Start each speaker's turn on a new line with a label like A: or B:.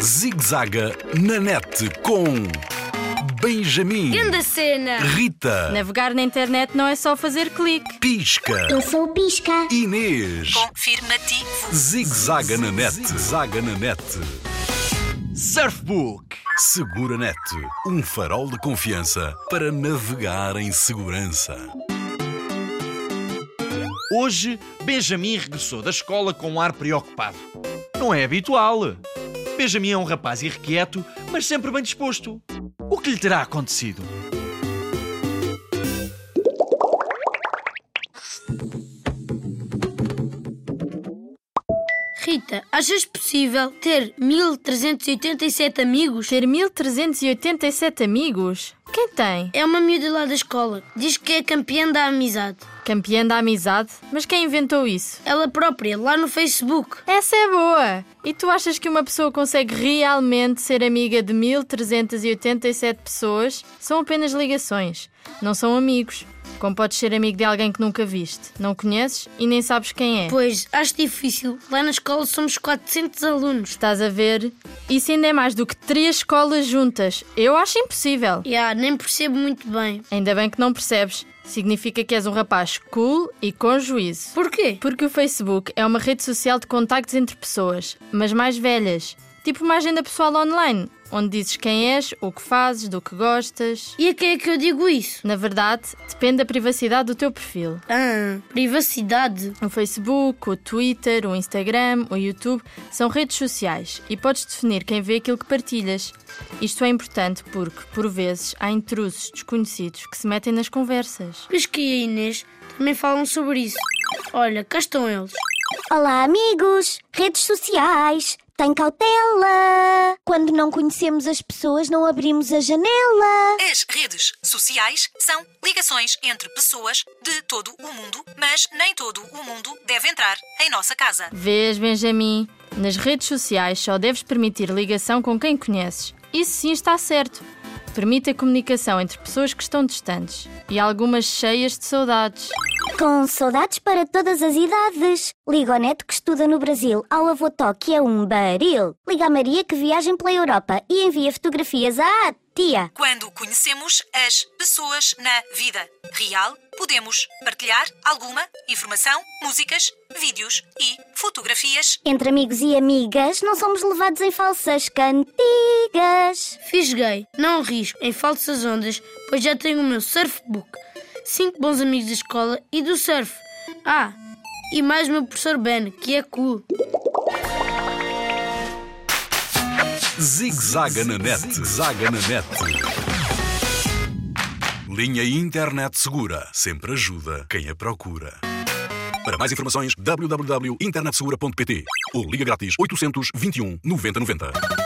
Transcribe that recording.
A: Zigzaga na net com Benjamin,
B: Grande cena!
A: Rita,
C: Navegar na internet não é só fazer clique.
A: Pisca,
D: Eu sou o Pisca.
A: Inês.
E: Confirmativo.
A: Zigzaga na net, zaga na net.
F: Surfbook.
A: Segura net, um farol de confiança para navegar em segurança.
F: Hoje, Benjamin regressou da escola com um ar preocupado. Não é habitual. Benjamin é um rapaz irrequieto, mas sempre bem disposto. O que lhe terá acontecido?
B: Rita, achas possível ter 1387 amigos?
C: Ter 1387 amigos? Quem tem?
B: É uma miúda lá da escola. Diz que é campeã da amizade.
C: Campeã da amizade? Mas quem inventou isso?
B: Ela própria, lá no Facebook.
C: Essa é boa! E tu achas que uma pessoa consegue realmente ser amiga de 1387 pessoas? São apenas ligações, não são amigos. Como podes ser amigo de alguém que nunca viste, não conheces e nem sabes quem é?
B: Pois, acho difícil. Lá na escola somos 400 alunos.
C: Estás a ver? Isso ainda é mais do que três escolas juntas. Eu acho impossível.
B: E ah, nem percebo muito bem.
C: Ainda bem que não percebes. Significa que és um rapaz cool e com juízo.
B: Porquê?
C: Porque o Facebook é uma rede social de contactos entre pessoas, mas mais velhas. Tipo uma agenda pessoal online, onde dizes quem és, o que fazes, do que gostas.
B: E a quem é que eu digo isso?
C: Na verdade, depende da privacidade do teu perfil.
B: Ah, privacidade.
C: O Facebook, o Twitter, o Instagram, o YouTube são redes sociais e podes definir quem vê aquilo que partilhas. Isto é importante porque, por vezes, há intrusos desconhecidos que se metem nas conversas.
B: Pisca e a Inês também falam sobre isso. Olha, cá estão eles.
D: Olá, amigos! Redes sociais! Tem cautela! Quando não conhecemos as pessoas, não abrimos a janela!
E: As redes sociais são ligações entre pessoas de todo o mundo, mas nem todo o mundo deve entrar em nossa casa.
C: Vês, Benjamin? Nas redes sociais só deves permitir ligação com quem conheces. Isso sim está certo. Permite a comunicação entre pessoas que estão distantes e algumas cheias de saudades.
D: Com saudades para todas as idades! Liga ao neto que estuda no Brasil, ao avô Tó, que é um baril! Liga à Maria que viaja pela Europa e envia fotografias à tia!
E: Quando conhecemos as pessoas na vida real, podemos partilhar alguma informação, músicas, vídeos e fotografias.
D: Entre amigos e amigas, não somos levados em falsas cantigas!
B: Fisguei, não arrisco em falsas ondas, pois já tenho o meu surfbook, cinco bons amigos da escola e do surf. Ah, e mais o meu professor Ben, que é cool.
A: Zigzaga na net, zaga na net. Linha Internet Segura sempre ajuda quem a procura. Para mais um informações, www.internetsegura.pt ou liga grátis 821 9090.